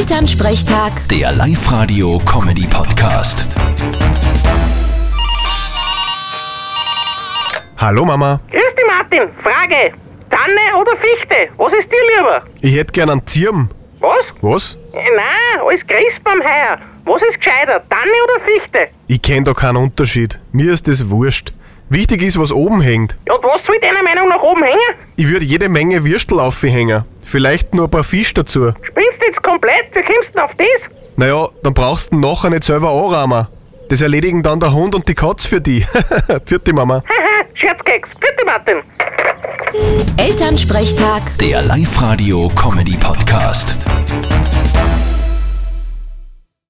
Elternsprechtag, Der Live-Radio-Comedy-Podcast. Hallo Mama, Grüß dich, Martin. Frage. Tanne oder Fichte? Was ist dir lieber? ich hätte gern einen Zirm. Was? Was? Äh, Nein, alles Christbaum heuer. Was ist gescheiter, Tanne oder Fichte? Ich kenn da keinen Unterschied. Mir ist das wurscht. Wichtig ist, was oben hängt. Ja, und was soll deiner Meinung nach oben hängen? Ich würde jede Menge Würstel aufhängen. Vielleicht nur ein paar Fisch dazu. Spinnst du jetzt komplett? Wie kommst du denn auf das? Naja, dann brauchst du ihn nachher nicht selber anrahmen. Das erledigen dann der Hund und die Katz für dich. Vierte Mama. Haha, Scherzkeks. Bitte, Martin. Elternsprechtag. Der Live-Radio-Comedy-Podcast.